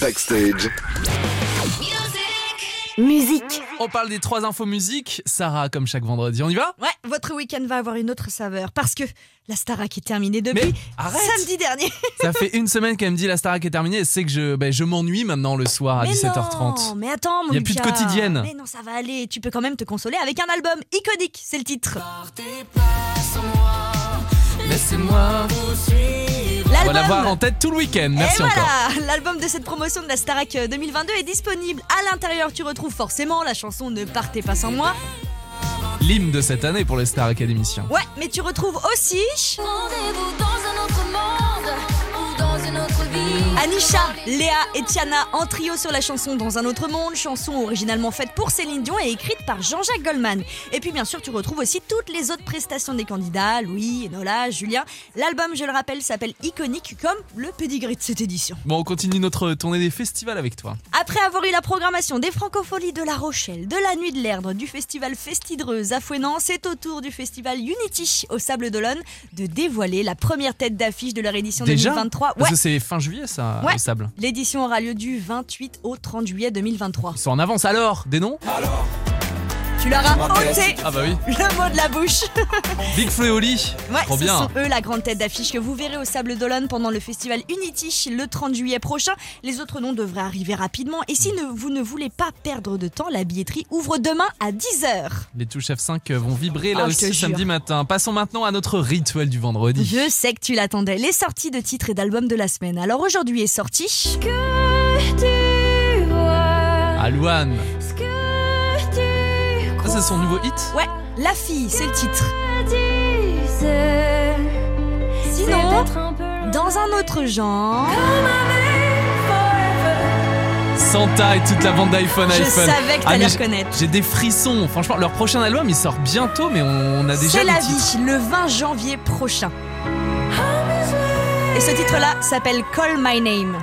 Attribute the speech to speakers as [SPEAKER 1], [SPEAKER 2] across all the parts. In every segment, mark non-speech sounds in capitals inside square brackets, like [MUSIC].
[SPEAKER 1] Backstage.
[SPEAKER 2] Musique.
[SPEAKER 3] On parle des trois infos musique. Sarah, comme chaque vendredi, on y va
[SPEAKER 2] Ouais, votre week-end va avoir une autre saveur parce que la Starac est terminée depuis
[SPEAKER 3] Mais arrête
[SPEAKER 2] samedi dernier.
[SPEAKER 3] Ça fait une semaine qu'elle me dit la Starac est terminée. Elle sait que je, ben, je m'ennuie maintenant le soir à
[SPEAKER 2] mais
[SPEAKER 3] 17h30.
[SPEAKER 2] non, mais attends, mon
[SPEAKER 3] Y a plus de
[SPEAKER 2] Lucas.
[SPEAKER 3] quotidienne.
[SPEAKER 2] Mais non, ça va aller. Tu peux quand même te consoler avec un album iconique, c'est le titre.
[SPEAKER 3] Laissez-moi. On va
[SPEAKER 2] L'album.
[SPEAKER 3] l'avoir en tête tout le week-end. Merci
[SPEAKER 2] Et
[SPEAKER 3] encore.
[SPEAKER 2] voilà, l'album de cette promotion de la Starac euh, 2022 est disponible. À l'intérieur, tu retrouves forcément la chanson Ne partez pas sans moi.
[SPEAKER 3] L'hymne de cette année pour les Star Académiciens.
[SPEAKER 2] Ouais, mais tu retrouves aussi
[SPEAKER 4] Rendez-vous dans un autre monde ou dans une autre vie.
[SPEAKER 2] Anisha, Léa et Tiana en trio sur la chanson Dans un autre monde, chanson originalement faite pour Céline Dion et écrite par Jean-Jacques Goldman. Et puis bien sûr, tu retrouves aussi toutes les autres prestations des candidats, Louis, Enola, Julien. L'album, je le rappelle, s'appelle Iconique comme le pedigree de cette édition.
[SPEAKER 3] Bon, on continue notre tournée des festivals avec toi.
[SPEAKER 2] Après avoir eu la programmation des Francopholies de La Rochelle, de la Nuit de l'Erdre, du festival Festidreuse à Fouesnant, c'est au tour du festival Unity au Sable d'Olonne de dévoiler la première tête d'affiche de leur édition
[SPEAKER 3] Déjà
[SPEAKER 2] 2023. Ouais,
[SPEAKER 3] Parce que c'est fin juillet, ça,
[SPEAKER 2] Ouais.
[SPEAKER 3] le sable.
[SPEAKER 2] l'édition aura lieu du 28 au 30 juillet 2023.
[SPEAKER 3] Ils sont en avance alors, des noms
[SPEAKER 2] Tu leur as ôté
[SPEAKER 3] Ah bah oui.
[SPEAKER 2] le mot de la bouche.
[SPEAKER 3] Big Flo et Oli.
[SPEAKER 2] [LAUGHS] Ouais,
[SPEAKER 3] Trop
[SPEAKER 2] ce
[SPEAKER 3] bien.
[SPEAKER 2] sont eux la grande tête d'affiche que vous verrez au Sable d'Olonne pendant le festival Unity le 30 juillet prochain. Les autres noms devraient arriver rapidement. Et si ne- vous ne voulez pas perdre de temps, la billetterie ouvre demain à 10h.
[SPEAKER 3] Les touches F5 vont vibrer là
[SPEAKER 2] Ah, je te
[SPEAKER 3] aussi
[SPEAKER 2] jure.
[SPEAKER 3] samedi matin. Passons maintenant à notre rituel du vendredi.
[SPEAKER 2] Je sais que tu l'attendais, les sorties de titres et d'albums de la semaine. Alors aujourd'hui est sorti
[SPEAKER 4] Tu vois
[SPEAKER 3] À Louane.
[SPEAKER 4] ce que tu
[SPEAKER 3] Ça, c'est son nouveau hit
[SPEAKER 2] Ouais, La fille, c'est le titre.
[SPEAKER 4] disais. C'est
[SPEAKER 2] Sinon,
[SPEAKER 4] d'être un peu loin.
[SPEAKER 2] dans un autre genre,
[SPEAKER 3] Santa et toute la bande d'iPhone
[SPEAKER 2] je
[SPEAKER 3] iPhone.
[SPEAKER 2] savais que
[SPEAKER 3] Ah,
[SPEAKER 2] t'allais
[SPEAKER 3] mais
[SPEAKER 2] reconnaître.
[SPEAKER 3] J'ai des frissons. Franchement, leur prochain album, il sort bientôt, mais on, on a déjà
[SPEAKER 2] C'est
[SPEAKER 3] les
[SPEAKER 2] la
[SPEAKER 3] titres.
[SPEAKER 2] vie, le 20 janvier prochain. Et ce titre-là s'appelle Call My Name.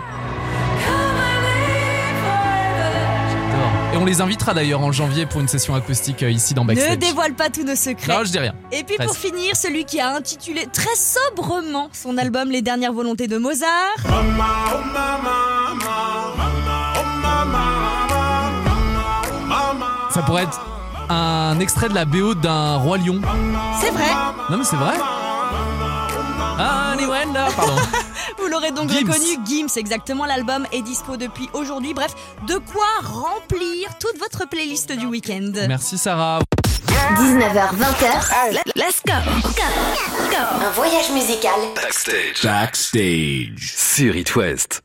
[SPEAKER 3] J'adore. Et on les invitera d'ailleurs en janvier pour une session acoustique euh, ici dans
[SPEAKER 2] Ne
[SPEAKER 3] Backstage.
[SPEAKER 2] dévoile pas tous nos secrets.
[SPEAKER 3] non, je dis rien.
[SPEAKER 2] Et puis pour
[SPEAKER 3] Presque.
[SPEAKER 2] finir, celui qui a intitulé très sobrement son album Les dernières volontés de Mozart.
[SPEAKER 3] Ça pourrait être un extrait de la BO d'un Roi Lion.
[SPEAKER 2] C'est vrai,
[SPEAKER 3] Non, mais c'est vrai. Ah, les Wenda,
[SPEAKER 2] [LAUGHS]
[SPEAKER 3] pardon.
[SPEAKER 2] vous l'aurez donc
[SPEAKER 3] Gims.
[SPEAKER 2] reconnu, Gims, exactement, l'album est dispo depuis aujourd'hui. Bref, de quoi remplir toute votre playlist du week-end.
[SPEAKER 3] Merci Sarah.
[SPEAKER 5] 19h20h,
[SPEAKER 2] Let's go
[SPEAKER 5] un voyage musical
[SPEAKER 1] Backstage.
[SPEAKER 6] Backstage.
[SPEAKER 1] Sur It West.